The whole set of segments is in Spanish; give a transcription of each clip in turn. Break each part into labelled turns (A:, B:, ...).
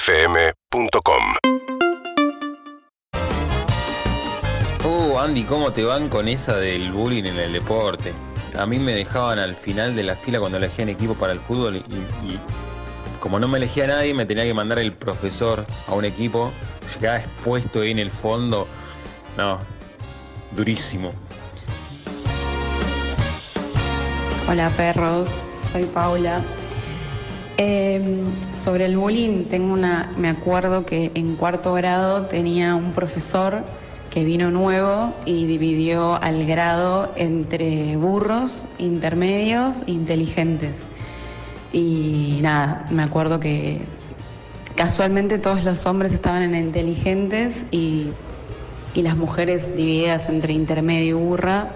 A: UrbanaPlayFM.com
B: Uh, Andy, ¿cómo te van con esa del bullying en el deporte? A mí me dejaban al final de la fila cuando elegían equipo para el fútbol y, y como no me elegía nadie, me tenía que mandar el profesor a un equipo. Llegaba expuesto ahí en el fondo. No, durísimo.
C: Hola perros, soy Paula. Eh, sobre el bullying, tengo una, me acuerdo que en cuarto grado tenía un profesor que vino nuevo y dividió al grado entre burros, intermedios e inteligentes. Y nada, me acuerdo que casualmente todos los hombres estaban en inteligentes y, y las mujeres divididas entre intermedio y burra.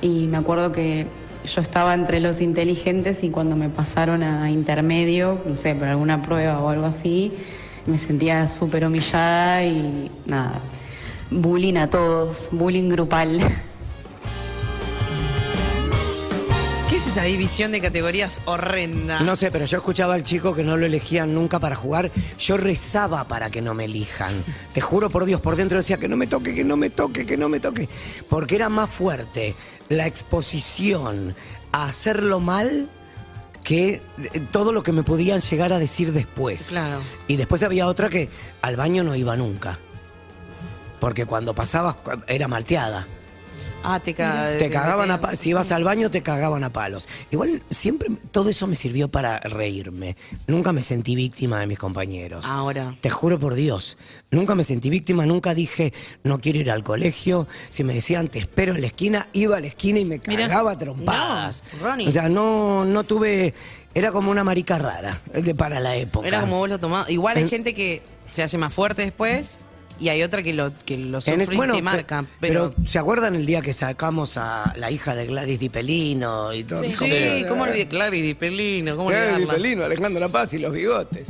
C: Y me acuerdo que yo estaba entre los inteligentes y cuando me pasaron a intermedio, no sé, por alguna prueba o algo así, me sentía súper humillada y nada. Bullying a todos, bullying grupal.
D: ¿Qué es esa división de categorías horrenda?
E: No sé, pero yo escuchaba al chico que no lo elegían nunca para jugar. Yo rezaba para que no me elijan. Te juro por Dios, por dentro decía que no me toque, que no me toque, que no me toque. Porque era más fuerte la exposición a hacerlo mal que eh, todo lo que me podían llegar a decir después.
D: Claro.
E: Y después había otra que al baño no iba nunca. Porque cuando pasabas cu- era malteada.
D: Ah, te, ca-
E: Te cagaban a palos.
D: palos.
E: Si ibas al baño, te cagaban a palos. Igual siempre todo eso me sirvió para reírme. Nunca me sentí víctima de mis compañeros.
D: Ahora.
E: Te juro por Dios. Nunca me sentí víctima, nunca dije no quiero ir al colegio. Si me decían te espero en la esquina, iba a la esquina y me
F: Mirá.
E: cagaba a trompadas.
D: No, Ronnie.
E: o sea, no, no tuve. Era como una marica rara eh, de- para la época.
D: Era como vos lo tomabas. Igual hay
E: En-
D: gente que se hace más fuerte después y hay otra que lo, que lo
E: En
D: sufre
E: es-
D: y
E: bueno,
D: te
E: pe-
D: marca.
E: pero,
D: Pero,
E: ¿se acuerdan el día que sacamos a la hija de Gladys Di Pelino y todo?
D: sí, ¿cómo olvidé? Clary Di Pelino, ¿cómo
E: Gladys Di
D: olvidarla?
E: Pelino, Alejandro Paz y los bigotes.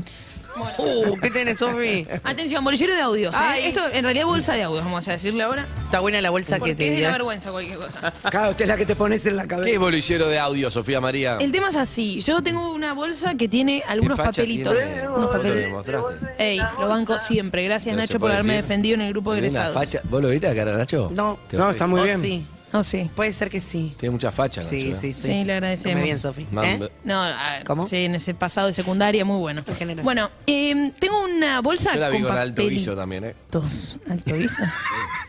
D: Uh, ¿qué tenés, Sofi?
F: Atención, bolillero de audios. ¿eh?
D: Ay.
F: Esto en realidad bolsa de audios, vamos a decirle ahora.
D: Está buena la bolsa que
F: Porque
D: te
F: es de
D: dio.
F: la vergüenza cualquier cosa.
E: Claro, usted es la que te pones en la cabeza.
G: ¿Qué es bolillero de audio, Sofía María?
F: El tema es así. Yo tengo una bolsa que tiene algunos
G: facha
F: papelitos.
G: tiene?
F: Unos
G: Vos lo
F: papelitos.
G: demostraste.
F: Ey, lo banco siempre. Gracias,
G: ¿No se
F: Nacho, por
G: puede
F: haberme
G: decir?
F: defendido en el grupo de
G: Tiene una
F: egresados.
G: facha- ¿Vos lo viste a cara, Nacho?
D: No.
G: Te-
E: No, está muy
D: Vos
E: bien.
D: sí.
F: No, sí.
D: Puede ser que sí.
G: Tiene mucha facha, Nacho.
D: Sí,
G: ¿eh?
D: sí, sí.
F: Sí, le agradecemos.
D: Come bien, Sofi.
G: Man-
D: ¿Eh?
F: No, ah,
D: ¿Cómo?
F: Sí, en ese pasado de secundaria, muy bueno.
D: En general.
F: Bueno, eh, tengo una bolsa
G: Yo la vi
F: con
G: con alto guiso
F: papelitos.
G: también, ¿eh?
F: ¿Alto guiso?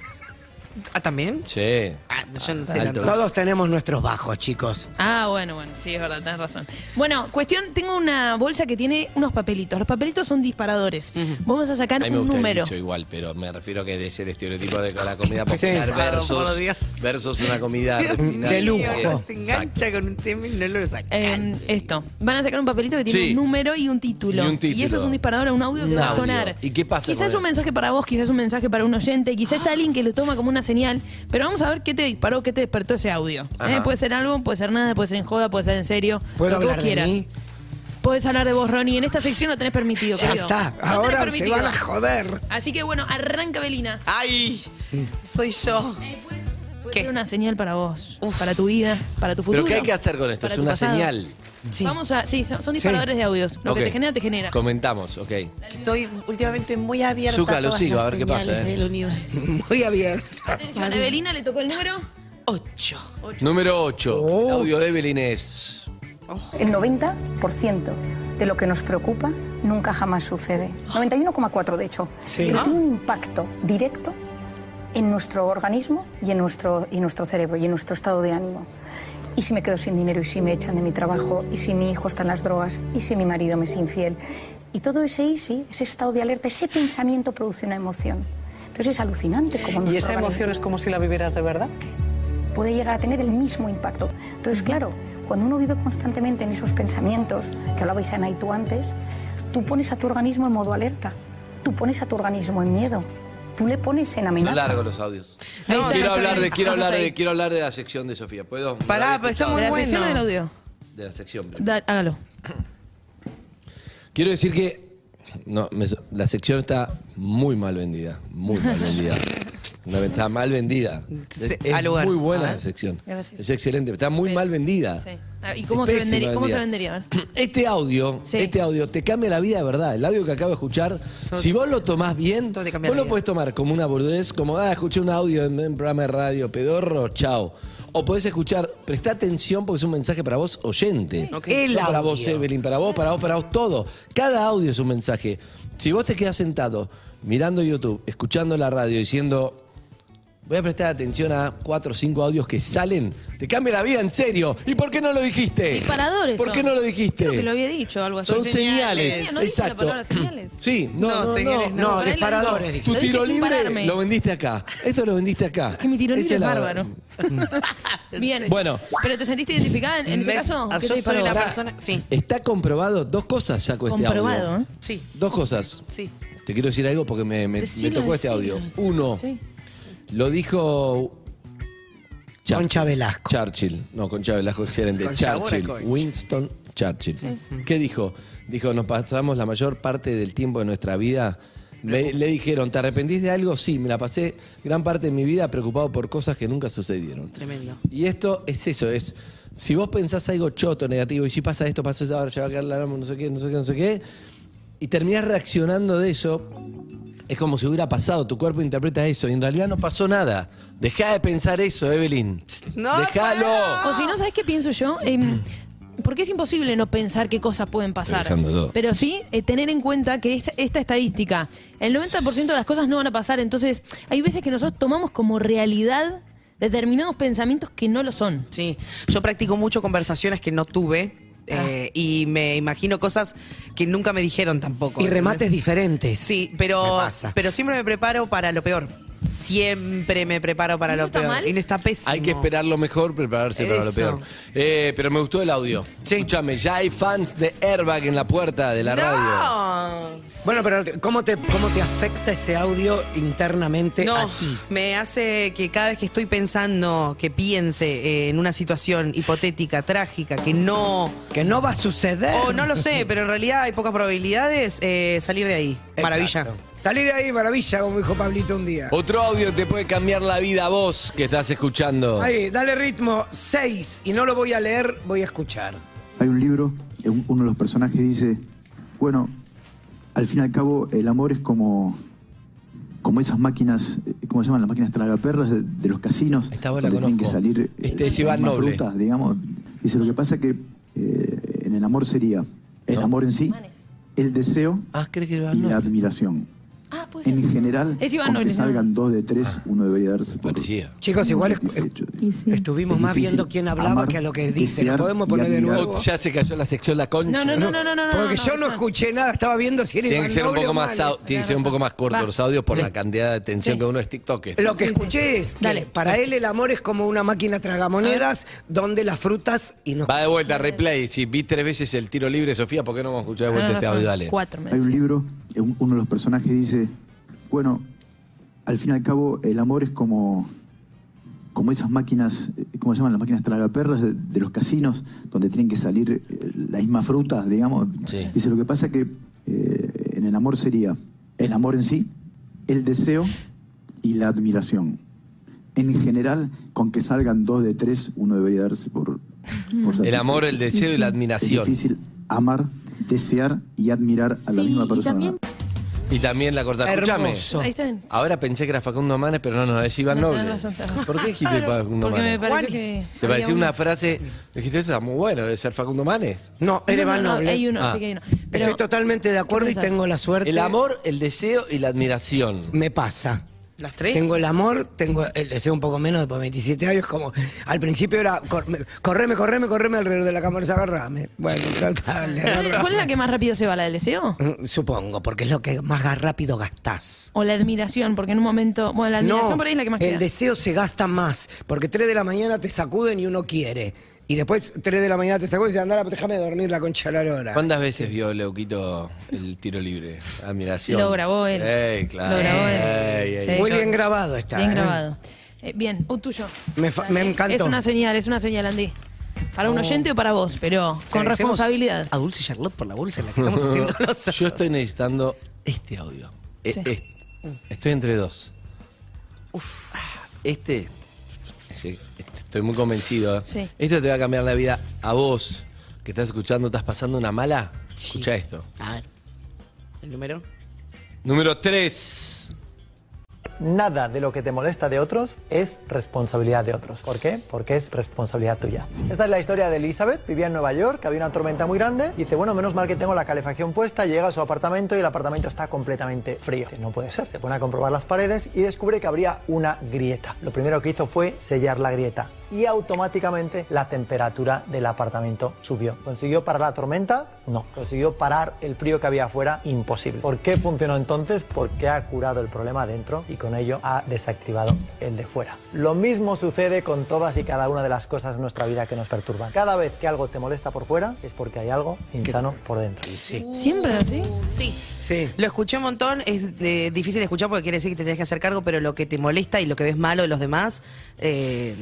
D: Ah, ¿también?
G: Sí.
D: Ah, yo no sé
G: Alto.
D: tanto.
E: Todos tenemos nuestros bajos, chicos.
F: Ah, bueno, bueno, sí, es verdad, tenés razón. Bueno, cuestión, tengo una bolsa que tiene unos papelitos. Los papelitos son disparadores. Vamos a sacar
G: A mí me
F: un
G: gusta el
F: número.
G: guiso igual, pero me refiero que es el estereotipo de la comida popular
E: Sí.
D: Ah, por
G: versus,
D: Dios.
G: versus una comida
D: Dios
G: argentina.
E: de
D: mío,
E: lujo.
D: Se engancha con un tema y no lo saca.
F: Eh, esto, van a sacar un papelito que tiene
G: Sí.
F: un número y un título.
G: Y un título.
F: eso es un disparador a un audio que
G: Un
F: va a
G: audio.
F: sonar.
G: ¿Y qué pasa Ah.
F: Quizás
G: con
F: un
G: él?
F: mensaje para vos, quizás un mensaje para un oyente, quizás alguien que lo toma como una señal. Pero vamos a ver qué te disparó, qué te despertó ese audio.
G: Ajá.
F: Eh, Puede ser algo, puede ser nada, puede ser en joda, puede ser en serio.
E: ¿Puedo
F: lo que
E: hablar
F: vos
E: de
F: quieras.
E: mí?
F: Puedes hablar de vos, Ronnie. En esta sección lo tenés permitido.
E: Ya
F: querido.
E: está.
F: Lo tenés
E: Ahora se
F: permitido.
E: van a joder.
F: Así que bueno, arranca Belina.
D: ¡Ay! Soy yo. ¿Qué?
F: Puede ser una señal para vos,
D: Uf.
F: para tu vida, para tu futuro.
G: Pero ¿qué hay que hacer con esto?
F: para
G: Es
F: tu
G: una
F: pasado.
G: señal.
D: Sí.
F: Vamos a, sí, son son disparadores de audios. Lo
G: Ok.
F: que te genera, te genera.
G: Comentamos, ok.
D: Estoy últimamente muy abierta
G: Zucca,
D: a
G: lo
D: todas
G: sigo,
D: las
G: a ver qué pasa,
D: señales
G: eh.
D: del universo.
E: Muy abierto.
F: Atención, a Evelina le tocó el número.
D: Ocho.
G: Número 8. Audio de Evelyn es.
H: El 90% de lo que nos preocupa nunca jamás sucede. 91,4% de hecho.
E: Sí.
H: Pero
E: Ah.
H: tiene un impacto directo en nuestro organismo y en nuestro, y nuestro cerebro y en nuestro estado de ánimo. Y si me quedo sin dinero y si me echan de mi trabajo y si mi hijo está en las drogas y si mi marido me es infiel. Y todo ese easy, ese estado de alerta, ese pensamiento produce una emoción. Entonces es alucinante como nuestro organismo
I: es como si la vivieras de verdad?
H: puede llegar a tener el mismo impacto. Entonces, claro, cuando uno vive constantemente en esos pensamientos, que hablabais Ana y tú antes, tú pones a tu organismo en modo alerta, tú pones a tu organismo en miedo, tú le pones en
G: Son
H: amenaza.
G: largos los audios.
D: No, está,
G: quiero
D: está
G: hablar de,
D: bien.
G: quiero
F: Vamos
G: hablar
F: a
G: de,
F: ir.
G: quiero hablar de la sección de Sofía. ¿Puedo?
D: Pará,
G: Hablar de
D: pero está
G: escuchado.
D: muy
F: de la
D: bueno.
F: sección o del audio.
G: De la sección.
F: Da- hágalo.
G: Quiero decir que no, me so- la sección está muy mal vendida, muy mal vendida. No, está mal vendida.
D: Se-
G: es
D: al lugar.
G: muy
D: A
G: buena
D: ver.
G: la sección.
F: Gracias.
G: Es excelente, está muy mal vendida.
F: Sí. Ah, ¿Y cómo, se
G: Pésimo
F: vendería, cómo se
G: vendida.
F: vendería?
G: Este audio,
F: Sí.
G: este audio te cambia la vida de verdad. El audio que acabo de escuchar, si vos lo tomás bien,
D: Todo te
G: vos
D: cambia la
G: lo
D: vida.
G: podés tomar como una boludez, como, ah, escuché un audio en un programa de radio, pedorro, chao. O podés escuchar, presta atención porque es un mensaje para vos, oyente.
D: Ok.
E: El
G: No para
E: audio.
G: vos, Evelyn, para vos, para vos, para vos, todo. Cada audio es un mensaje. Si vos te quedás sentado mirando YouTube, escuchando la radio, diciendo, Voy a prestar atención a cuatro o cinco audios que salen. Te cambia la vida en serio. ¿Y por qué no lo dijiste?
F: Disparadores.
G: Eh, ¿Por qué
F: son.
G: no lo dijiste?
F: Creo que lo había dicho algo así.
G: Son
D: Son
G: señales.
D: señales.
F: ¿No dice la
G: Exacto.
F: palabra señales?
G: Sí, no,
D: No,
G: no, no,
D: señales no.
E: No,
F: por ahí lo
E: disparadores,
F: digo.
E: dije.
G: Tu
F: Lo dije
G: tiro
F: sin
G: libre
F: pararme.
G: lo vendiste acá. Esto lo vendiste acá.
F: Que mi tiro libre
G: Esa
F: es
G: la-
F: bárbaro. Bien.
G: Bueno.
F: ¿Pero te sentiste identificada en, en este
D: Me-
F: caso?
D: Ah,
F: ¿Qué
D: yo
F: te
D: soy
F: disparó?
D: una
G: Pará,
D: persona. Sí,
G: Está comprobado dos cosas ya con este audio.
F: Comprobado, ¿eh?
D: sí,
G: Dos cosas.
D: sí.
G: Te quiero decir algo porque me, me- me
F: Decilo,
G: tocó este
F: decilo.
G: audio. Uno,
F: Sí.
G: lo dijo Char-
E: Concha Velasco.
G: Churchill, no, con Chávez Velasco, excelente.
E: Con sabor a
G: Churchill,
E: concha.
G: Winston Churchill. ¿Qué dijo? Dijo, nos pasamos la mayor parte del tiempo de nuestra vida. Me- le dijeron, ¿te arrepentís de algo? Sí, me la pasé gran parte de mi vida preocupado por cosas que nunca sucedieron.
D: Tremendo.
G: Y esto es eso, es. Si vos pensás algo choto, negativo, y si pasa esto, pasa eso, ahora ya va a quedar la no sé qué, no sé qué, no sé qué, y terminás reaccionando de eso, es como si hubiera pasado, tu cuerpo interpreta eso, y en realidad no pasó nada. Dejá de pensar eso, Evelyn.
D: No,
G: ¡Déjalo!
F: O si no, ¿sabes qué pienso yo? Em, porque es imposible no pensar qué cosas pueden pasar.
G: Estoy dejando todo.
F: Pero sí eh, tener en cuenta que esta, esta estadística, el 90% de las cosas no van a pasar. Entonces, hay veces que nosotros tomamos como realidad determinados pensamientos que no lo son.
D: Sí, yo practico mucho conversaciones que no tuve
F: Ah.
D: eh, y me imagino cosas que nunca me dijeron tampoco.
E: Y
D: ¿entendés?
E: remates diferentes.
D: Sí, pero,
E: Me pasa.
D: pero siempre me preparo para lo peor. Siempre me preparo para
F: ¿Y eso
D: lo
F: está
D: peor.
F: mal?
D: Y no está pésimo.
G: Hay que esperar lo mejor, prepararse para lo
D: Eso.
G: peor. Eh, pero me gustó el audio. Escúchame, ya hay fans de Airbag en la puerta de la radio.
D: ¡No!
E: Bueno, pero ¿cómo te, ¿cómo te afecta ese audio internamente a
D: No,
E: ti?
D: me hace que cada vez que estoy pensando, que piense eh, en una situación hipotética, trágica, que no...
E: Que no va a suceder.
D: O no lo sé, pero en realidad hay pocas probabilidades eh, salir de ahí.
E: Exacto.
D: Maravilla.
E: Salir de ahí, maravilla, como dijo Pablito un día.
G: Otro audio te puede cambiar la vida a vos que estás
I: Oh.
G: escuchando.
E: Ahí, dale ritmo, 6. Y no lo voy a leer, voy a escuchar.
I: Hay un libro, eh, un- uno de los personajes dice, bueno, al fin y al cabo el amor es como, como esas máquinas, eh, ¿cómo se llaman? Las máquinas tragaperras de, de los casinos.
G: Esta vos la
I: donde tienen que
G: conozco.
I: salir eh,
G: Este es
I: la
G: Iván
I: misma
G: Noble.
I: fruta, digamos. Dice, lo que pasa que eh, en el amor sería el amor en sí, el deseo
G: Ah, ¿crees que lo
I: y la admiración.
F: Ah, pues.
I: En general,
F: Es Iván
I: con que
F: Noble,
I: salgan dos de tres, uno debería darse por...
G: Ah. Parecía.
E: Chicos, igual es-
I: satisfecho.
E: estuvimos
I: Es
E: más
I: difícil
E: viendo quién hablaba
I: amar,
E: que a lo que dice. ¿Lo
I: desear
E: podemos
I: y
E: poner de
I: admirar.
E: nuevo?
G: Ya se cayó la sección la concha.
F: No, no, no, no, no, no.
E: Porque yo no
F: eso-
E: escuché nada, estaba viendo si era
G: Tiene que
E: Iván
G: ser un
E: Noble
G: poco
E: o
G: más,
E: Males.
G: au- tiene que ser un poco más cortos
F: Va.
G: los audios por la cantidad de atención
F: Sí.
G: que uno es TikTok.
E: Lo que
F: Sí,
E: escuché
F: sí.
E: es que
F: Dale.
E: para él el amor es como una máquina tragamonedas donde las frutas y no.
G: Va de vuelta, replay. Si vi tres veces el tiro libre, Sofía, ¿por qué no vamos a escuchar de
F: No,
G: vuelta
F: no,
G: este
F: no,
G: audio?
F: son
G: Dale.
F: Cuatro, me
I: Hay un
F: decía.
I: libro, eh, un- uno de los personajes dice, bueno, al fin y al cabo el amor es como, como esas máquinas, eh, ¿cómo se llaman? Las máquinas tragaperras de, de los casinos, donde tienen que salir eh, la misma fruta, digamos.
G: Sí.
I: Dice, lo que pasa que eh, en el amor sería el amor en sí, el deseo y la admiración. En general, con que salgan dos de tres, uno debería darse por... por
G: El amor,
I: satisfecho.
G: el deseo y la
I: Es
G: admiración.
I: difícil amar, desear y admirar a la misma persona.
G: Y también la corta. Escúchame.
E: Hermoso.
F: Ahí está.
G: Ahora pensé que era Facundo Manes, pero no, no, es Iván
F: No, tenés
G: Noble.
F: razón, tenés razón.
G: ¿Por qué dijiste
F: Claro,
G: Facundo
F: Porque me
G: Manes?
F: pareció que.
G: ¿Te
F: había
G: pareció
F: uno.
G: una frase? Dijiste, eso está muy bueno de ser Facundo Manes.
E: No, él
F: No,
E: Iván
F: no, no,
E: Noble.
F: hay uno,
G: Ah.
F: así que hay uno.
E: Estoy
F: Pero-
E: totalmente de acuerdo
F: ¿Qué
E: y
F: pensás?
E: tengo la suerte.
G: El amor, el deseo y la admiración.
E: me pasa.
D: Las tres.
E: Tengo el amor, tengo el deseo un poco menos, después de 27 años, como al principio era cor- me- correme, correme, correme alrededor de la cámara, agarrame. Bueno, tratable,
F: ¿Cuál es- ¿Cuál es la que más rápido se va? ¿La del deseo?
E: Supongo, porque es lo que más ga- rápido gastás.
F: ¿O la admiración? Porque en un momento. Bueno, la admiración por ahí es la que más
E: el
F: queda.
E: deseo se gasta más, porque 3 de la mañana te sacuden y uno quiere. Y después 3 de la mañana te sacuden y andar, déjame dormir la concha de la lora.
G: ¿Cuántas veces vio Leuquito el tiro libre? Admiración.
F: Lo grabó él.
G: Ey, claro.
F: Lo grabó él.
G: Ey, ey.
F: Sí.
E: Muy
F: yo-
E: bien grabado está.
F: Bien
E: ¿eh?
F: grabado. Eh, bien, un tuyo.
E: Me fa- me
F: Dale.
E: encantó.
F: Es una señal, es una señal, Andy. Para un oyente o para vos, pero con
D: Agradecemos
F: responsabilidad.
D: A Dulce Charlotte por la bolsa en la que estamos haciendo los Eh,
G: Yo estoy necesitando este audio. E-
F: Sí.
G: e- estoy entre dos. Uf. Este Sí, estoy muy convencido. ¿eh?
F: Sí.
G: Esto te va a cambiar la vida a vos, que estás escuchando, estás pasando una mala.
D: Sí.
G: Escucha esto.
D: A ver. ¿El número?
G: Número 3.
J: Nada de lo que te molesta de otros es responsabilidad de otros. ¿Por qué? Porque es responsabilidad tuya. Esta es la historia de Elizabeth. Vivía en Nueva York, había una tormenta muy grande. Dice, bueno, menos mal que tengo la calefacción puesta. Llega a su apartamento y el apartamento está completamente frío. Dice, No puede ser. Se pone a comprobar las paredes y descubre que habría una grieta. Lo primero que hizo fue sellar la grieta. Y automáticamente la temperatura del apartamento subió. ¿Consiguió parar la tormenta? No. ¿Consiguió parar el frío que había afuera? Imposible. ¿Por qué funcionó entonces? Porque ha curado el problema adentro y con ello ha desactivado el de fuera. Lo mismo sucede con todas y cada una de las cosas en nuestra vida que nos perturban. Cada vez que algo te molesta por fuera es porque hay algo insano por dentro.
F: ¿Siempre así?
D: Sí.
E: Sí.
D: Lo escuché un montón, es eh, difícil de escuchar porque quiere decir que te tenés que hacer cargo, pero lo que te molesta y lo que ves malo de los demás, eh,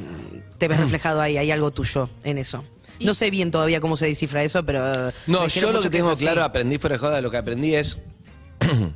D: te
E: Mm.
D: ves reflejado ahí, hay algo tuyo en eso. No sé bien todavía cómo se descifra eso, pero... eh,
G: No,
D: me dijeron
G: yo lo
D: mucho
G: que tengo
D: es así.
G: claro, aprendí fuera de joda, lo que aprendí es.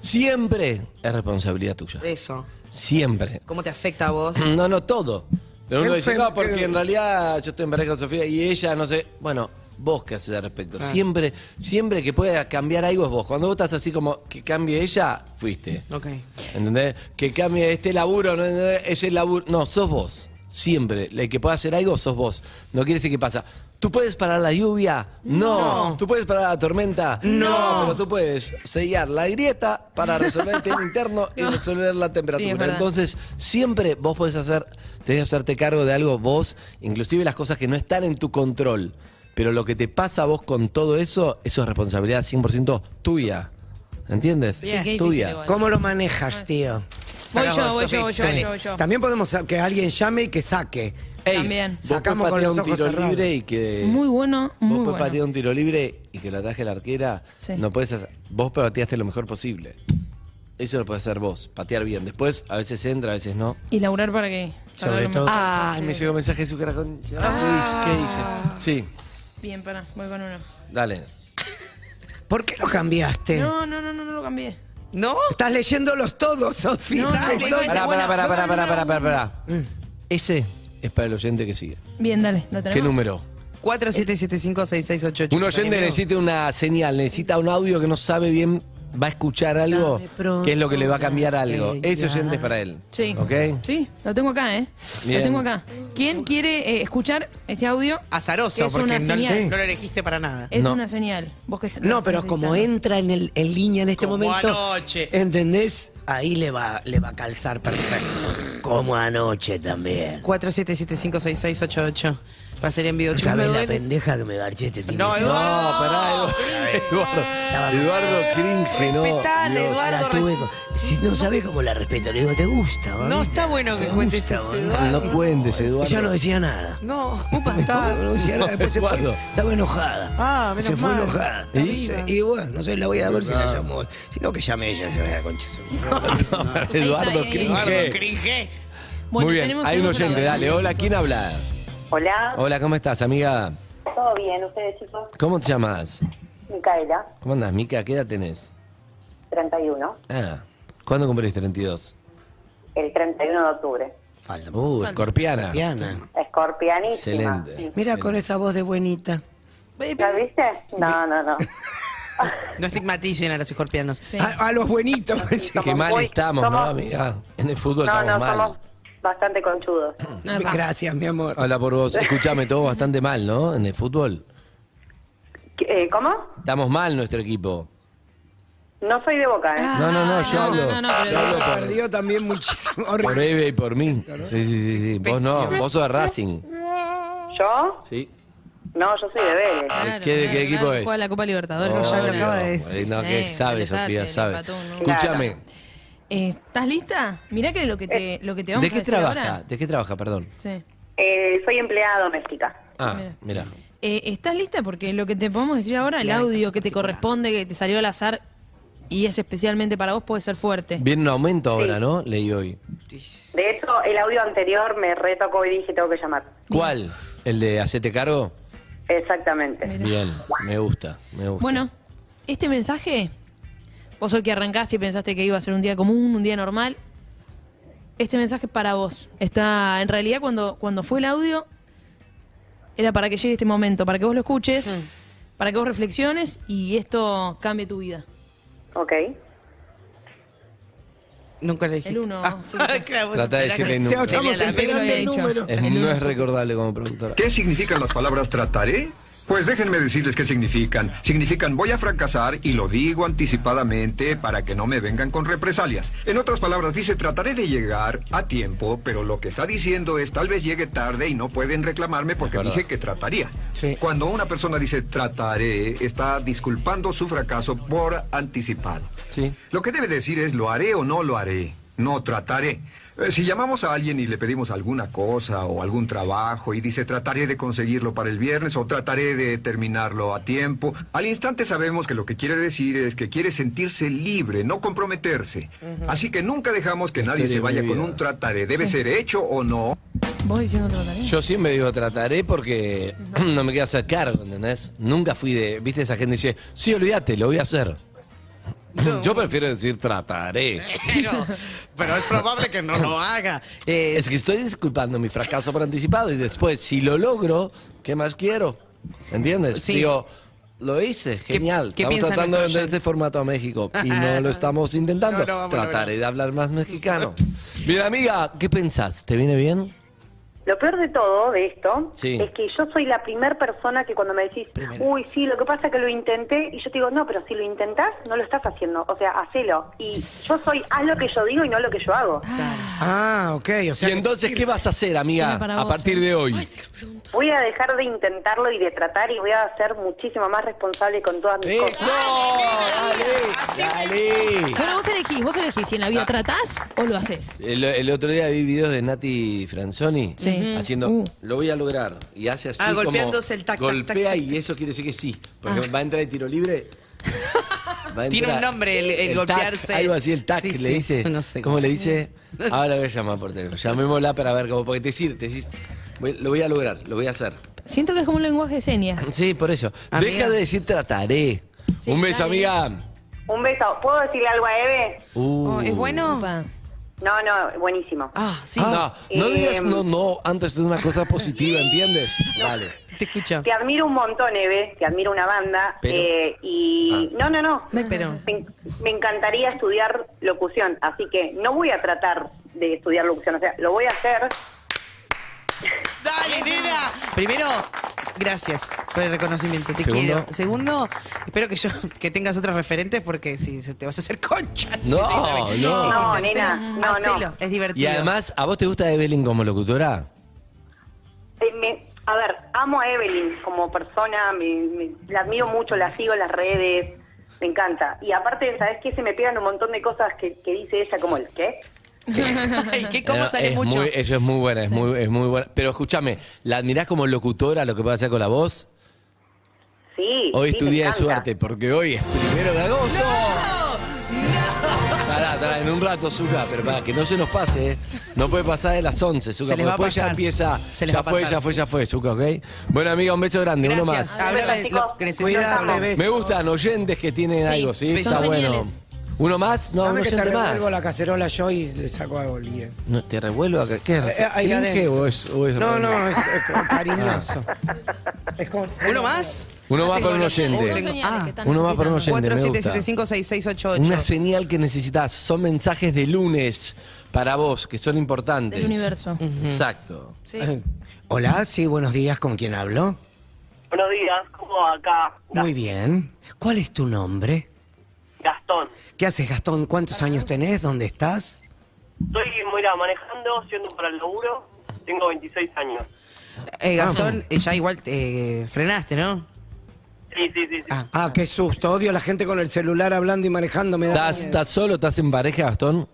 G: siempre es responsabilidad tuya.
D: Eso,
G: Siempre.
D: cómo te afecta a vos.
G: No, no, todo. Pero
E: Qué
G: uno dice,
E: enfermo,
G: no, porque
E: qué-
G: en realidad yo estoy en pareja con Sofía y ella, no sé. Bueno, vos qué haces al
D: Ah.
G: respecto. Siempre, siempre que pueda cambiar algo es vos. Cuando vos estás así como que cambie ella, fuiste.
D: Ok.
G: ¿Entendés? Que cambie este laburo, no ¿Entendés? es el laburo. No, sos vos. Siempre. El que pueda hacer algo, sos vos. No quiere decir que pasa. ¿Tú puedes parar la lluvia? No. ¿Tú puedes parar la tormenta? No. Pero tú puedes sellar la grieta para resolver el tema interno y resolver la
F: Sí, es
G: temperatura.
F: verdad.
G: Entonces, siempre vos podés hacer, tenés que hacerte cargo de algo vos, inclusive las cosas que no están en tu control. Pero lo que te pasa a vos con todo eso, eso es responsabilidad 100% tuya. ¿Entiendes?
F: Sí, qué difícil
G: tuya.
F: igual.
E: ¿Cómo lo manejas, tío?
F: Voy
D: Sacamos
F: yo, voy
D: a
F: yo, voy yo, voy
D: Sofía.
F: yo, voy yo.
E: También podemos sa- que alguien llame y que saque.
G: Ey,
F: También.
G: vos
E: Sacamos
G: podés
E: con los
G: patear un
E: ojos
G: tiro
E: cerrados.
G: libre y que
F: Muy bueno, muy
G: vos podés
F: bueno.
G: patear un tiro libre y que lo ataje la arquera.
F: Sí.
G: No puedes hacer, vos pateaste lo mejor posible. Eso lo puedes hacer vos, patear bien. Después a veces entra, a veces no.
F: Y laburar para que. para
E: Sobre
F: lo
E: todo-
F: mejor.
G: Ay, me
F: Sí.
G: llegó un mensaje de su cara con
F: Ah.
G: ¿Qué hice? Sí,
F: Bien, pará, voy con uno.
G: dale.
E: ¿Por qué lo cambiaste?
F: No, no, no, no, no lo cambié.
D: ¿No?
E: Estás leyéndolos todos, Sofía.
F: No, no,
E: Dale,
F: bueno,
E: Sofía.
F: bueno.
G: Pará, pará, pará, pará,
F: bueno,
G: pará,
F: bueno,
G: pará, pará, pará. Ese es para el oyente que sigue.
F: Bien, dale, lo Mm. tenemos.
G: ¿Qué número?
D: 4775-6688.
G: Un oyente necesita una señal, necesita un audio que no sabe bien, va a escuchar algo,
E: Dame pronto
G: que es lo que le va a cambiar
E: una
G: algo. Ese
E: señal.
G: oyente es para él.
F: Sí.
G: ¿Ok?
F: Sí, lo tengo acá, ¿eh?
G: Bien.
F: Lo tengo acá. ¿Quién quiere eh, escuchar este audio?
E: Azaroso,
F: Es una
E: porque no,
F: señal.
E: no lo elegiste para nada.
F: Es
G: No.
F: una señal. Vos que est-
E: No, pero como
F: necesitando.
E: entra en, el, en línea en este
J: Como
E: momento,
J: anoche.
E: ¿entendés? Ahí le va, le va a calzar perfecto. Como anoche también.
D: 4775-6688. Va a ser en vivo. Chicos, me
E: ¿Sabes la
D: duele.
E: pendeja que me garché este fin
J: No,
E: de
G: No,
E: semana?
G: pará, Eduardo. Eduardo, Eduardo cringe, no.
D: Respetale,
G: Dios.
D: Eduardo.
E: La tuve con- Si no sabes cómo la respeto, le digo, ¿te gusta? mamita?
D: está bueno que
E: ¿Te
D: cuentes
E: gusta,
D: eso,
E: mamita?
D: Eduardo.
G: No cuentes, Eduardo.
E: Ella no decía nada.
D: No,
E: No, no decía nada, después se fue.
G: Eduardo.
E: Estaba enojada.
D: Ah, menos
E: Se fue
D: mal.
E: enojada.
G: ¿Y?
E: ¿Y? bueno, no sé, la voy a ver si la llamo. Si no, que llame ella, se vaya a concha. su madre.
G: No, pará,
F: ahí,
G: Eduardo
F: ahí.
G: cringe.
F: Bueno,
G: Muy bien,
F: tenemos-
G: hay un
F: tenemos Ah.
G: oyente,
F: otra
G: dale.
F: vez.
G: Hola, ¿quién habla?
K: Hola,
G: Hola, ¿cómo estás, amiga?
K: ¿todo bien? ¿Ustedes, chicos?
G: ¿Cómo te llamas?
K: Micaela,
G: ¿Cómo andas, Mica? ¿Qué edad tenés?
K: 31,
G: Ah, ¿cuándo cumplís 32?
K: el 31 de octubre.
E: Falta.
G: Uh, escorpiana.
E: Diana.
K: Escorpianísima.
G: Excelente.
E: Mira con esa voz de buenita.
K: ¿La viste? No, no, no.
D: No estigmaticen a los escorpianos.
F: Sí.
E: A, a los buenitos.
G: Qué mal
K: muy-
G: estamos, ¿no,
K: somos-
G: amiga? En el fútbol
K: No, no,
G: estamos mal.
K: somos bastante conchudos.
F: Ah,
E: Gracias, mi amor.
G: Habla por vos. Escuchame, todo bastante mal, ¿no? En el fútbol.
K: Eh, ¿Cómo?
G: Estamos mal nuestro equipo.
K: No soy de Boca,
F: Ah.
K: ¿eh?
G: No, no, no, yo
F: no,
G: hablo.
F: no, no, pero-
G: yo hablo por-
E: Perdió también muchísimo.
G: por,
E: Horrible.
G: Eve y por mí. Sí, sí, sí. sí. Vos no, vos sos de Racing.
K: ¿Yo?
G: Sí.
K: No, yo soy de Vélez.
F: Claro,
G: Ah, ¿Qué-
F: claro,
G: qué equipo
F: claro,
G: es?
F: Juega la Copa Libertadores.
G: Oh,
E: ya lo
F: ahora.
E: acaba de
G: no,
E: decir.
G: No, que
F: Sí,
G: sabe,
F: le sabe,
G: Sofía,
F: le
G: sabe.
F: empató uno.
G: Escúchame,
F: Eh, ¿Estás lista? Mirá que lo que te, lo que te vamos
G: ¿de
F: a
G: qué
F: decir
G: trabaja?
F: ahora-
G: ¿De qué trabaja, perdón?
F: Sí.
K: Eh, soy empleada doméstica.
G: Ah,
F: Mira.
G: mira.
F: Eh, ¿Estás lista? Porque lo que te podemos decir ahora, el
D: Claro,
F: audio
D: caso
F: que te
D: particular.
F: corresponde, que te salió al azar y es especialmente para vos, puede ser fuerte.
G: Viene un aumento ahora, ¿no? Leí hoy.
K: De hecho, el audio anterior me retocó y dije, tengo que llamar.
G: ¿Cuál? ¿El de hacete cargo?
K: Exactamente.
G: Bien, me gusta, me gusta.
F: Bueno, este mensaje, vos hoy que arrancaste y pensaste que iba a ser un día común, un día normal, este mensaje es para vos. Está, en realidad, cuando, cuando fue el audio, era para que llegue este momento, para que vos lo escuches, para que vos reflexiones y esto cambie tu vida.
K: Ok.
D: Nunca le
F: El
D: dijiste.
F: uno. sí.
G: Trata de decirle el número.
E: Estamos
F: Tenía
E: esperando
F: la mente
E: el
F: lo había
E: número.
G: Es- no es recordable como productora.
L: ¿Qué significan las palabras trataré? Pues déjenme decirles qué significan. Significan voy a fracasar y lo digo anticipadamente para que no me vengan con represalias. En otras palabras dice trataré de llegar a tiempo, pero lo que está diciendo es tal vez llegue tarde y no pueden reclamarme porque
G: Es verdad.
L: dije que trataría.
E: Sí.
L: Cuando una persona dice trataré, está disculpando su fracaso por anticipado.
G: Sí.
L: Lo que debe decir es lo haré o no lo haré. No trataré. Eh, Si llamamos a alguien y le pedimos alguna cosa o algún trabajo y dice trataré de conseguirlo para el viernes o trataré de terminarlo a tiempo, al instante sabemos que lo que quiere decir es que quiere sentirse libre, no comprometerse. Así que nunca dejamos que
G: La
L: nadie
G: historia
L: se
G: de
L: vaya
G: mi
L: con
G: vida.
L: un trataré. Debe ser hecho o no.
F: ¿Vos diciendo otra tarea?
G: Yo siempre digo trataré porque no me quiero hacer cargo, ¿entendés? Nunca fui de. ¿Viste esa gente que dice, sí, olvídate, lo voy a hacer? Yo prefiero decir trataré.
D: Pero, pero es probable que no lo haga. Eh,
G: Es que estoy disculpando mi fracaso por anticipado y después, si lo logro, ¿qué más quiero? ¿Entiendes?
D: Sí.
G: Digo, lo hice, genial.
D: qué
G: estamos
D: piensa
G: tratando de
D: nuestro
G: vender ese formato a México y no lo estamos intentando.
D: No, no, vamos a
G: Trataré de hablar más mexicano. Bien, amiga, ¿qué pensás? ¿Te viene bien?
K: Lo peor de todo de esto
G: Sí.
K: es que yo soy la primera persona que cuando me decís, uy, sí, lo que pasa es que lo intenté, y yo te digo, no, pero si lo intentás, no lo estás haciendo. O sea, hacelo. Y yo soy, haz lo que yo digo y no lo que yo hago.
E: Ah, ok. O sea,
G: Y entonces, ¿qué vas a hacer, amiga,
F: Tiene para
G: a
F: vos,
G: partir
F: ¿eh?
G: de hoy?
K: Voy a dejar de intentarlo y de tratar y voy a ser muchísimo más responsable con todas mis
G: ¡Eso!
K: cosas.
G: ¡Dale! ¡Dale!
F: Bueno, vos elegís, vos elegís si en la
G: Ah.
F: vida tratás o lo haces.
G: El, el otro día vi videos de Nati Franzoni
F: Sí.
G: haciendo,
F: Uh.
G: lo voy a lograr. Y hace así
D: Ah,
G: como-
D: golpeándose el tac, tac,
G: Golpea
D: tac, tac.
G: y eso quiere decir que sí. Porque
F: Ah.
G: va a entrar el tiro libre. va a
D: Tiene un nombre el- el
G: tac,
D: golpearse.
G: algo así, el tac,
D: Sí,
G: le
D: sí,
G: dice.
D: no sé
G: ¿Cómo
D: cómo.
G: le dice? Ahora voy a llamar por teléfono. Llamémosla para ver cómo. Porque te decís, te decís, "Voy- lo voy a lograr, lo voy a hacer.
F: Siento que es como un lenguaje de señas.
G: Sí, por eso.
D: Amiga.
G: Deja de decir trataré.
F: Sí,
G: un beso,
F: dale.
G: amiga.
K: Un beso. ¿Puedo decirle algo a Eve?
G: Uh.
D: oh, ¿Es bueno?
F: Opa.
K: No, no, buenísimo.
D: Ah, sí.
G: Ah, no, no
K: Eh,
G: digas no, no, antes es una cosa positiva, ¿entiendes? Vale.
D: Te escucho.
K: Te admiro un montón, Eve, te admiro una banda.
G: Pero-
K: eh, y no, no, no.
D: No hay pero.
K: Me, en- me encantaría estudiar locución, así que no voy a tratar de estudiar locución, o sea, lo voy a hacer.
D: ¡Dale, nena! Primero, gracias por el reconocimiento. Te
G: Segundo.
D: quiero. Segundo, espero que yo que tengas otros referentes porque si se te vas a hacer concha.
G: No,
D: Sí, ¿sabes?
G: no.
K: No,
D: Y tercero,
K: nena, no, no.
D: hacelo, es divertido.
G: Y además, ¿a vos te gusta Evelyn como locutora?
K: Eh, me- a ver, amo a Evelyn como persona, me, me- la admiro mucho, la sigo en las redes, me encanta. Y aparte, ¿sabes qué? Se me pegan un montón de cosas que, que dice ella, como el qué.
D: Ay, ¿qué cómo
G: Eh,
D: sale
G: es
D: mucho?
G: muy- eso es muy buena, es, muy, es muy buena. Pero escúchame, ¿la admirás como locutora lo que puede hacer con la voz?
K: Sí.
G: Hoy
K: sí,
G: es tu
K: me
G: día de
K: encanta.
G: suerte, porque hoy es primero de agosto. Pará, pará, en un rato, Zuka, pero para que no se nos pase, ¿eh? no puede pasar de las 11, Zuka,
D: Se les
G: porque
D: va a
G: después ya
D: pasar.
G: empieza.
D: Se les
G: ya
D: va a
G: fue,
D: pasar.
G: ya fue, ya fue, Zuka, ¿ok? Bueno, amiga, un beso grande, uno
D: Gracias.
G: más.
D: Háblame,
K: Chicos,
D: lo que necesitas
K: cuídate,
D: hablar.
E: bebé.
G: Me gustan oyentes que tienen algo, ¿sí?
F: son
G: Está bueno.
F: señales.
G: ¿Uno más? No, un
E: Dame que te
G: oyente más.
E: revuelvo la cacerola yo y le saco algo bien.
G: No, ¿Te revuelvo? acá? ¿Qué es?
E: Eh, ahí
G: ¿Cringe
E: adentro.
G: o es, o es
E: No,
G: revuelvo? Ah,
E: no, es eh, co- cariñoso. Es como-
D: ¿Uno más?
G: Uno
D: Ya
G: más
D: tengo
G: para un
D: lo-
G: oyente.
D: uh,
F: Son
D: tengo-
F: señales
D: Ah,
F: que están
G: uno va para un
F: necesitando.
G: oyente. me gusta.
D: 47756688.
G: Una señal que necesitas. Son mensajes de lunes para vos, que son importantes.
F: Del universo.
G: Exacto.
F: Sí.
E: Hola, sí, buenos días, ¿con quién hablo?
K: Buenos días, ¿cómo va acá?
E: Muy bien. ¿Cuál es tu nombre?
K: Gastón.
E: ¿Qué haces, Gastón? ¿Cuántos años tenés? ¿Dónde estás?
K: Estoy mira, manejando, siendo para el laburo. Tengo 26 años.
D: Eh,
E: Ah.
D: Gastón, eh, ya igual eh, frenaste, ¿no?
K: Sí, sí, sí. sí.
D: Ah,
E: Ah, qué susto. Odio a la gente con el celular hablando y manejando. Me da
G: ¿Estás,
E: miedo.
G: estás solo? ¿Estás en pareja, Gastón?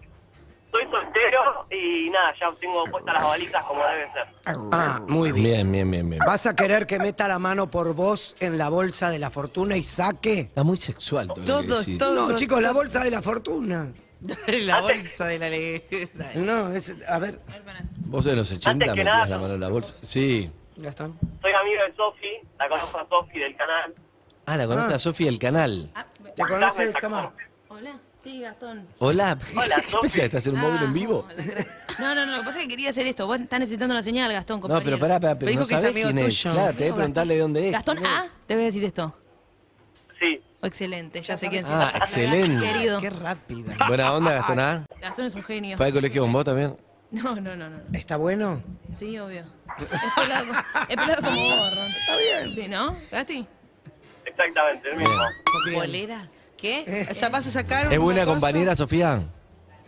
K: Soy soltero y nada, ya tengo puestas las balizas como debe ser.
E: Ah, muy bien.
G: Bien, bien, bien, bien.
E: ¿Vas a querer que meta la mano por vos en la bolsa de la fortuna y saque?
G: Está muy sexual todo, lo que
D: Todo,
G: decís.
D: todo.
E: No, chicos, la bolsa de la fortuna.
D: la bolsa de la alegría.
E: No, es, a ver.
G: Vos de los 80
K: Antes que
G: metías
K: nada-
G: la mano en la bolsa. Sí.
D: Gastón.
K: Soy amigo de Sofi, la conozco a Sofi del canal.
E: Ah.
G: Ah, la conoce a Sofía del canal.
E: ¿Te conoces? Toma.
F: Hola. Sí, Gastón.
G: Hola. ¿Qué pensás? ¿Estás en un
F: Ah,
G: móvil en vivo?
F: No, no, no, lo que pasa es que quería hacer esto. Vos estás necesitando una señal, Gastón,
G: No,
F: compañero.
G: pero pará, pará, pero
F: Me
G: no sabés quién es. Claro, te voy a
F: Digo,
G: preguntarle de dónde es.
F: Gastón
G: ¿Quién
F: A, te voy a decir esto. Oh,
K: Sí.
F: excelente, ya sé quién es.
G: Ah, excelente.
F: Querido.
E: Qué rápido.
G: es? Buena onda, Gastón A.
F: Gastón es un genio.
G: ¿Fue al colegio con vos también?
F: No, no, no, no. no.
E: ¿Está bueno?
F: Sí, obvio. Es pelado, co- es pelado como vos, Ron. Está bien. Sí, ¿no? ¿Gasti?
M: Exactamente, el mismo.
D: ¿Bolera? ¿Qué?
F: Eh,
D: O sea, vas a sacar
G: ¿Es
D: una
G: buena
D: cosa?
G: compañera, Sofía?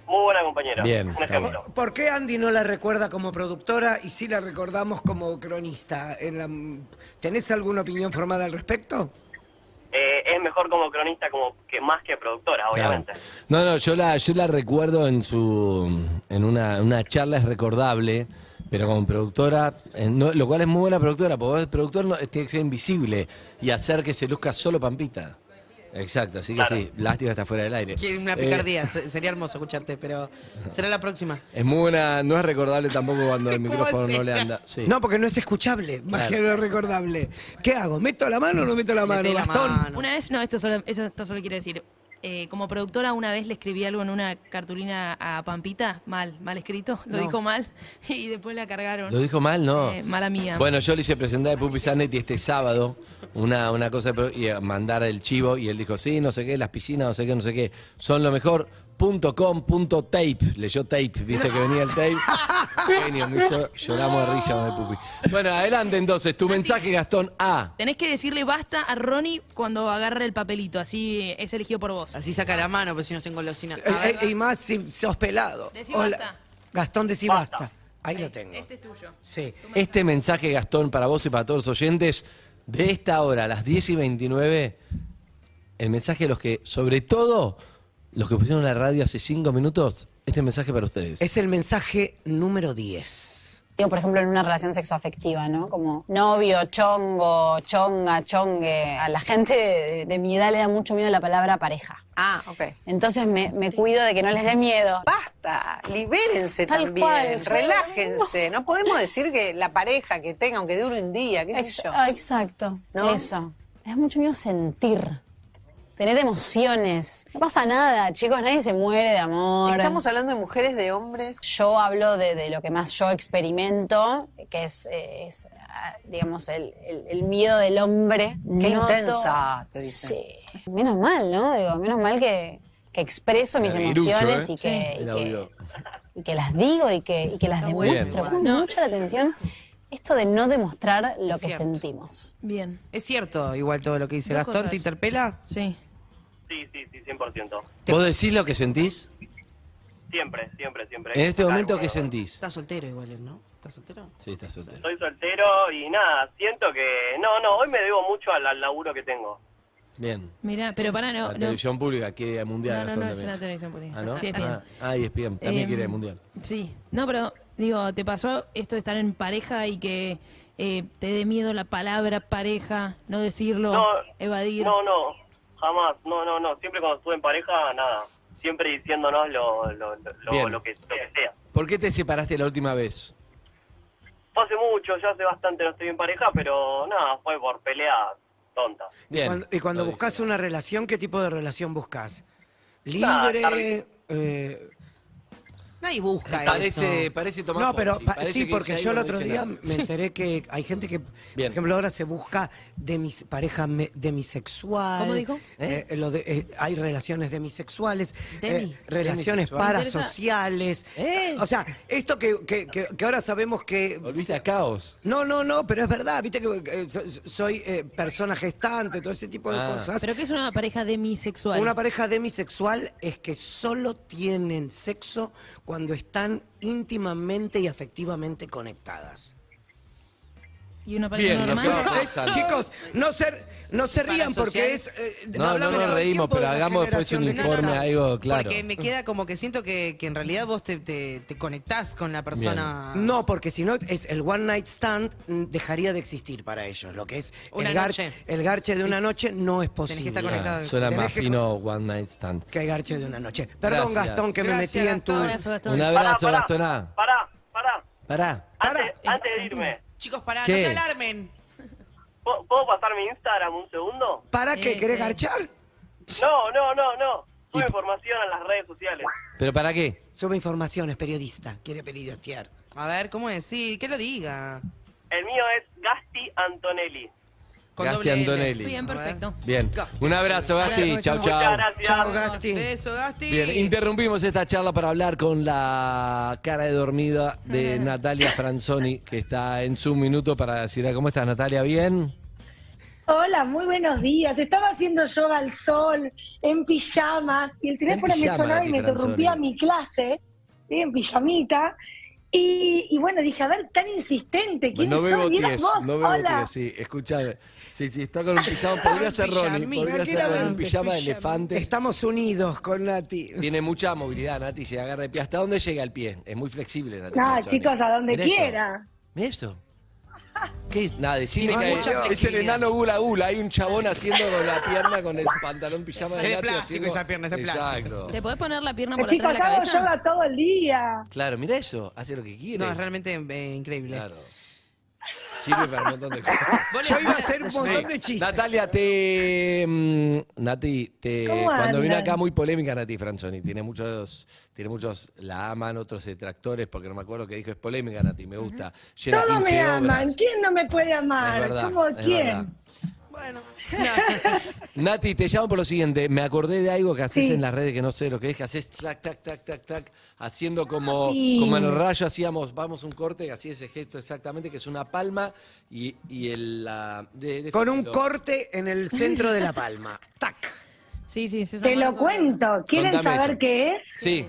M: Muy buena compañera.
G: Bien,
M: Un
G: está
M: ejemplo.
E: ¿Por qué Andy no la recuerda como productora y sí la recordamos como cronista? En la- ¿Tenés alguna opinión formada al respecto?
M: Eh, es mejor como cronista como que más que productora, obviamente.
G: Claro. No, no, yo la, yo la recuerdo en su. en una, una charla es recordable, pero como productora, eh, no- lo cual es muy buena productora, porque vos, el productor no, tiene que ser invisible y hacer que se luzca solo Pampita. Exacto, así que sí, lástima que está fuera del aire.
D: Quiero Una
G: Eh,
D: picardía, se- sería hermoso escucharte, pero será la próxima.
G: es muy buena, no es recordable tampoco cuando el micrófono no le
D: será?
G: anda. Sí.
E: No, porque no es escuchable, más
G: Claro.
E: que no es recordable. ¿Qué hago? ¿Meto la mano o no meto la mano,
D: Meté la
E: Gastón?
D: mano.
F: Una vez, no, esto solo, eso, esto solo quiere decir. eh, como productora, una vez le escribí algo en una cartulina a Pampita, mal, mal escrito, lo
G: No.
F: dijo mal, y después la cargaron.
G: ¿Lo dijo mal? No.
F: Eh, mala mía.
G: Bueno, yo le hice presentar de Pupi Zanetti este sábado una, una cosa de pro- y eh, mandar el chivo y él dijo, sí, no sé qué, las piscinas, no sé qué, no sé qué, son lo mejor. Punto com, punto tape, leyó tape, viste que venía el tape. Genio, me hizo, lloramos de risa con el pupi. Bueno, adelante entonces, tu mensaje, Gastón A.
F: Tenés que decirle basta a Ronnie cuando agarre el papelito, así es elegido por vos.
D: Así saca la mano, pues si no tengo golosina.
E: Eh, eh, y más si sos pelado.
F: Decí
E: Hola.
F: basta.
E: Gastón, decí basta. Ahí lo tengo.
F: Este es tuyo.
E: Sí.
G: Este mensaje, Gastón, para vos y para todos los oyentes, de esta hora, a las 10 y 29, el mensaje de los que, sobre todo, los que pusieron la radio hace 5 minutos, este mensaje para ustedes.
E: Es el mensaje número 10.
N: Digo, por ejemplo, en una relación sexoafectiva, ¿no? Como novio, chongo, chonga, chongue. A la gente de, de mi edad le da mucho miedo la palabra pareja.
O: Ah, ok.
N: Entonces me, me cuido de que no les dé miedo.
O: Basta, libérense
N: Tal
O: también,
N: cual, yo-
O: relájense. No podemos decir que la pareja que tenga, aunque dure un día, qué
N: Ex-
O: sé yo.
N: ah, exacto.
O: ¿No?
N: Eso. Es mucho miedo sentir. Tener emociones. No pasa nada, chicos. Nadie se muere de amor.
O: Estamos
N: hablando de mujeres, de hombres. Yo hablo de, de lo que más yo experimento, que es, eh, es, ah, digamos, el, el- el miedo del hombre.
O: Qué
N: Noto-
O: intensa, te dicen.
N: Sí. Menos mal, ¿no? Digo, menos mal que, que expreso mis
G: Larguirucho,
N: emociones
G: ¿eh?
N: y que, y
G: El
N: que-
G: audio.
N: y que las digo y que, y que las
G: bueno.
N: demuestro.
G: Bien.
N: Me llama mucho la atención esto de no demostrar lo que
D: Cierto.
N: sentimos.
F: Bien.
D: Es cierto, igual todo lo que dice.
N: Dos
D: Gastón,
N: cosas.
D: ¿te interpela?
F: Sí.
M: Sí, sí, sí, 100%.
G: ¿Vos decís lo que sentís?
M: Siempre, siempre, siempre.
G: En este
M: Claro,
G: momento, ¿qué
M: bueno,
G: sentís?
D: Estás soltero igual, ¿no? ¿Estás soltero?
G: Sí, estás soltero.
M: Soy soltero y nada, siento que... No, no, hoy me debo mucho al, al laburo que tengo.
G: Bien.
F: Mirá, pero pará, no.
G: la
F: no.
G: televisión pública quiere mundial.
F: No, no,
G: Gastón,
F: no, es
G: también.
F: una televisión pública.
G: Ah, ¿no?
F: Sí, es bien.
G: ah, ah, y es bien. También
F: Em,
G: quiere mundial.
F: Sí. No, pero digo, ¿te pasó esto de estar en pareja y que eh, te dé miedo la palabra pareja, no decirlo,
M: No,
F: evadir?
M: No, no, jamás. No, no, no. Siempre cuando estuve en pareja, nada. Siempre diciéndonos lo, lo, lo- lo-
G: Bien.
M: lo que, lo que sea.
G: ¿Por qué te separaste la última vez?
M: Fue hace mucho, ya hace bastante no estoy en pareja, pero nada, fue por peleas tontas.
E: Y cuando, y cuando buscas una relación, ¿qué tipo de relación buscas?
M: Nah,
E: Libre.
M: tar-
E: eh,
D: Nadie busca
G: Eh, Parece,
D: eso.
G: parece tomar
E: no, pero pa- sí, porque yo el otro día me enteré que hay gente que, por ejemplo, ahora se busca de mis pareja me- demisexual.
F: ¿Cómo dijo?
E: Eh, lo de- eh, hay relaciones demisexuales,
D: Demi.
E: eh, relaciones
D: Demisexual.
E: parasociales.
G: ¿Eh?
E: O sea, esto que, que- que- que ahora sabemos que...
G: Volviste a caos.
E: No, no, no, pero es verdad, viste que eh, so- soy eh, persona gestante, todo ese tipo de
G: Ah.
E: cosas.
F: ¿Pero qué es una pareja demisexual?
E: Una pareja demisexual es que solo tienen sexo cuando están íntimamente y afectivamente conectadas.
F: ¿Y una pareja
G: Bien, nos
F: normal?
G: quedamos
E: Eh,
G: pensando.
E: Chicos, no se, no se rían porque es... eh,
G: No, no
E: hablamos
G: nos
E: todo el
G: reímos,
E: tiempo
G: pero
E: de la
G: hagamos después un
E: generación de-
G: informe, algo claro.
D: Porque me queda como que siento que, que en realidad vos te, te, te conectás con la persona.
E: No, porque si no, es el one night stand mm, dejaría de existir para ellos. Lo que es
D: Una
E: el, garche,
D: noche.
E: el garche de una noche no es posible.
D: estar
G: Ah, suena
E: Tenés
G: más
E: que-
G: fino One Night Stand.
E: Que el garche de una noche. Perdón,
G: Gracias.
E: Gastón, que
D: Gracias,
E: me metí en tu...
D: Gastón. Abrazo, Gastón.
G: Un abrazo, Gastón A.
M: Pará, pará,
G: Pará.
M: antes, antes de irme.
D: Chicos, pará,
G: ¿Qué?
D: no se alarmen.
M: ¿puedo- ¿Puedo pasar mi Instagram un segundo?
E: ¿Para qué?
D: Sí,
E: ¿Querés
D: sí.
E: garchar?
M: No, no, no, no. Sube información a las redes sociales.
G: ¿Pero para qué?
E: Sube información, es periodista. Quiere perioditear.
D: A ver, ¿cómo es? Sí, que lo diga.
M: El mío es Gasti Antonelli.
G: Gasti Antonelli.
F: Bien, perfecto.
G: Bien. Un abrazo, Gasti. Chau, chau.
E: Chao, Gasti.
D: Beso, Gasti.
G: Bien, interrumpimos esta charla para hablar con la cara de dormida de Natalia Franzoni, que está en su minuto para decir, ¿cómo estás, Natalia? ¿Bien?
P: Hola, muy buenos días. Estaba haciendo yoga al sol, en pijamas, y el teléfono me
G: pijama,
P: sonaba y
G: Nati
P: me interrumpía
G: Franzoni.
P: mi clase, ¿sí? en pijamita. Y, y bueno, dije, a ver, tan insistente, ¿quién
G: No
P: soy?
G: veo
P: Y eras
G: ties,
P: vos,
G: no veo
P: hola.
G: ties, sí, escuchame. Sí, sí, está con un pijama, podría ser Ronnie,
E: Pijamita,
G: podría
E: ¿qué
G: ser
E: era
G: Ronnie, un
E: antes?
G: pijama de elefante.
E: Estamos unidos con Nati.
G: Tiene mucha movilidad, Nati, se agarra el pie. ¿Hasta dónde llega el pie? Es muy flexible, Nati.
P: Nah,
G: Franzoni.
P: Ah, chicos, a donde
G: Mirá eso,
P: quiera.
G: Mirá esto. ¿Qué es? Nada, decime
E: Tiene
G: que
E: mucha
G: hay- es el
E: flexibilidad.
G: enano gula gula. Hay un chabón haciendo con la pierna, con el pantalón pijama de
E: Es de
G: Nati
E: plástico
G: haciendo-
E: esa pierna, es de plástico.
G: Exacto.
F: ¿Te podés poner la pierna
P: Eh,
F: por
P: Chicos,
F: atrás de la
P: hago
F: cabeza?
P: yoga todo el día.
G: Claro, mira eso, hace lo que quiere.
D: No, es realmente eh, increíble.
G: Claro. Sirve para un montón de cosas.
D: Vos
E: Yo
D: le-
E: iba a hacer un
D: Sí.
E: montón de chistes.
G: Natalia, te. mm, Nati, te,
P: ¿Cómo
G: cuando vino
P: andan?
G: acá, muy polémica Nati Franzoni. Tiene muchos, tiene muchos, la aman otros detractores, porque no me acuerdo que dijo, es polémica Nati, me gusta. Llena
P: Todos
G: 15
P: me
G: obras.
P: aman. ¿Quién no me puede amar?
G: Es verdad,
P: ¿Cómo
G: es
P: quién?
G: verdad.
D: Bueno,
G: Nati, te llamo por lo siguiente. Me acordé de algo que haces
P: Sí.
G: en las redes que no sé lo que es, que haces tac, tac, tac, tac, tac, haciendo como,
P: Sí.
G: como en el rayo hacíamos, vamos un corte, así ese gesto exactamente, que es una palma y, y el. la- de- de-
E: Con un
G: lo-
E: corte en el centro de la palma. Tac.
F: Sí, sí, sí. es una
P: Te
F: mano
P: lo
F: sobre-
P: cuento. ¿Quieren
G: Contame
P: saber
G: eso.
P: qué es?
G: Sí,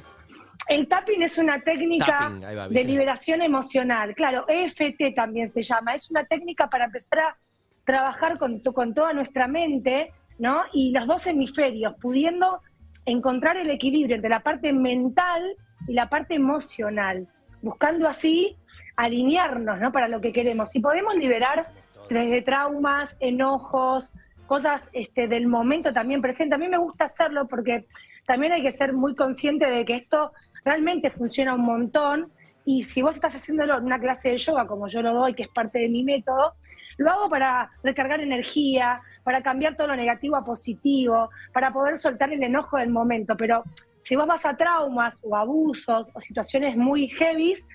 P: El tapping es una técnica
G: Tapping, ahí va,
P: de
G: ¿viste?
P: liberación emocional. Claro, EFT también se llama. Es una técnica para empezar a trabajar con, tu- con toda nuestra mente, ¿no? Y los dos hemisferios, pudiendo encontrar el equilibrio entre la parte mental y la parte emocional, buscando así alinearnos, ¿no? Para lo que queremos. Y podemos liberar desde traumas, enojos, cosas este, del momento también presente. A mí me gusta hacerlo porque también hay que ser muy consciente de que esto realmente funciona un montón y si vos estás haciéndolo en una clase de yoga como yo lo doy, que es parte de mi método, lo hago para recargar energía, para cambiar todo lo negativo a positivo, para poder soltar el enojo del momento, pero si vos vas a traumas o abusos o situaciones muy heavies,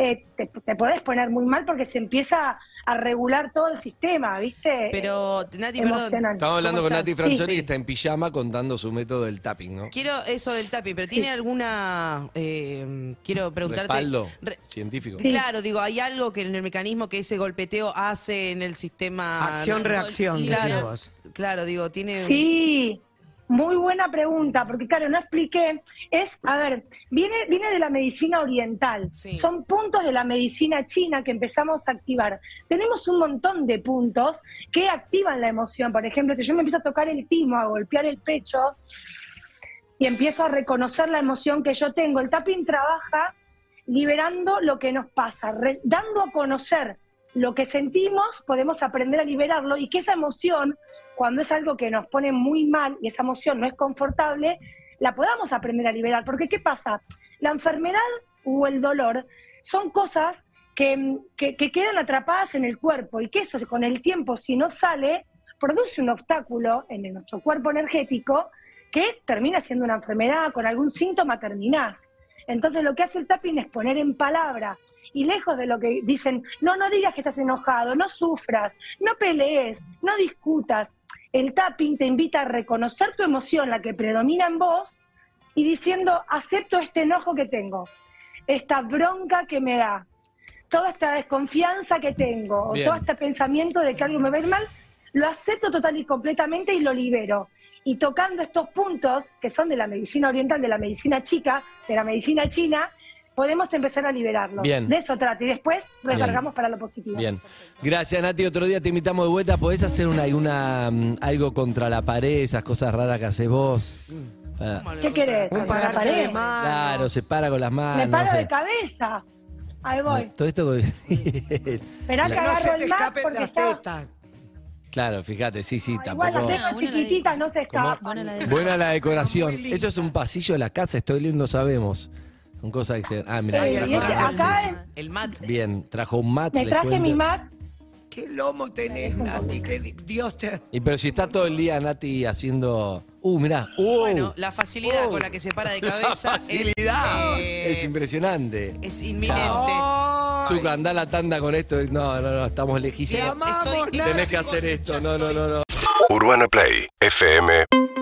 P: eh, te, te podés poner muy mal porque se empieza a regular todo el sistema, ¿viste?
D: Pero, Nati, perdón.
P: Emocional.
G: estamos hablando
D: ¿Cómo
G: con Nati
D: estás?
G: Franzoni,
D: Sí, sí.
G: que está en pijama contando su método del tapping, ¿no?
D: Quiero eso del tapping, pero ¿tiene alguna. eh, quiero preguntarte.
G: Respaldo
D: Re-
G: científico.
D: Claro, digo, hay algo que en el mecanismo que ese golpeteo hace en el sistema.
E: Acción-reacción,
D: Claro.
E: decís vos.
D: Claro, digo, tiene.
P: Sí, muy buena pregunta, porque claro, no expliqué. Es, a ver, viene, viene de la medicina oriental.
D: Sí.
P: Son puntos de la medicina china que empezamos a activar. Tenemos un montón de puntos que activan la emoción. Por ejemplo, si yo me empiezo a tocar el timo, a golpear el pecho y empiezo a reconocer la emoción que yo tengo, el tapping trabaja liberando lo que nos pasa, re- dando a conocer lo que sentimos, podemos aprender a liberarlo y que esa emoción, cuando es algo que nos pone muy mal y esa emoción no es confortable, la podamos aprender a liberar. Porque ¿qué pasa? La enfermedad o el dolor son cosas que, que- que quedan atrapadas en el cuerpo y que eso con el tiempo, si no sale, produce un obstáculo en nuestro cuerpo energético que termina siendo una enfermedad, con algún síntoma terminás. Entonces lo que hace el tapping es poner en palabra y lejos de lo que dicen, no, no digas que estás enojado, no sufras, no pelees, no discutas. El tapping te invita a reconocer tu emoción, la que predomina en vos, y diciendo, acepto este enojo que tengo, esta bronca que me da, toda esta desconfianza que tengo,
G: Bien.
P: o todo este pensamiento de que algo me va a ir mal, lo acepto total y completamente y lo libero. Y tocando estos puntos, que son de la medicina oriental, de la medicina chica, de la medicina china, podemos empezar a liberarlo.
G: Bien.
P: De eso trata. Y después
G: Bien.
P: recargamos para lo positivo.
G: Bien. Gracias, Nati. Otro día te invitamos de vuelta. ¿Podés hacer una, una, mm, algo contra la pared, esas cosas raras que haces vos? Ah,
P: ¿Qué querés?
E: Un
P: ¿Contra la
E: pararte de
P: pared?
E: manos.
G: Claro, se para con las manos.
P: Me paro
G: no sé.
P: de cabeza. Ahí voy.
G: No, Todo esto. con-
P: Esperá que
E: Que no se
P: agarro
E: te
P: el mat
E: escapen
P: porque
E: las
P: está...
E: tetas.
G: Claro, fíjate, sí, sí,
P: Igual las
G: tampoco.
F: tengo. Buena Ah, la
P: tetas
F: de-
P: chiquititas no se
G: ¿Cómo?
P: escapan.
F: Buena la de-
G: Buena la decoración.
E: Muy lindas.
G: Eso es un pasillo de la casa, estoy lindo, sabemos. Son cosas que se. Ah, mirá,
P: Eh,
G: trajo
P: y
G: un
P: este-
G: mate,
P: acá
G: sí,
P: en-
D: El mat.
G: sí. Bien, trajo un mat.
P: me
G: les
P: traje
G: cuento.
P: mi mat.
E: Qué lomo tenés, Nati. Que di- Dios te.
G: Y pero si está todo el día Nati haciendo Uh, mirá. Uh,
D: Bueno, la facilidad con la que se para de cabeza
G: la facilidad.
D: es,
G: Es,
D: eh,
G: impresionante.
D: es inminente.
G: Zuka, andá la tanda con esto. No, no, no, estamos lejísimos.
D: Te amamos,
G: Tenés que hacer esto. No, no, no, no.
A: Urbana Play fm.com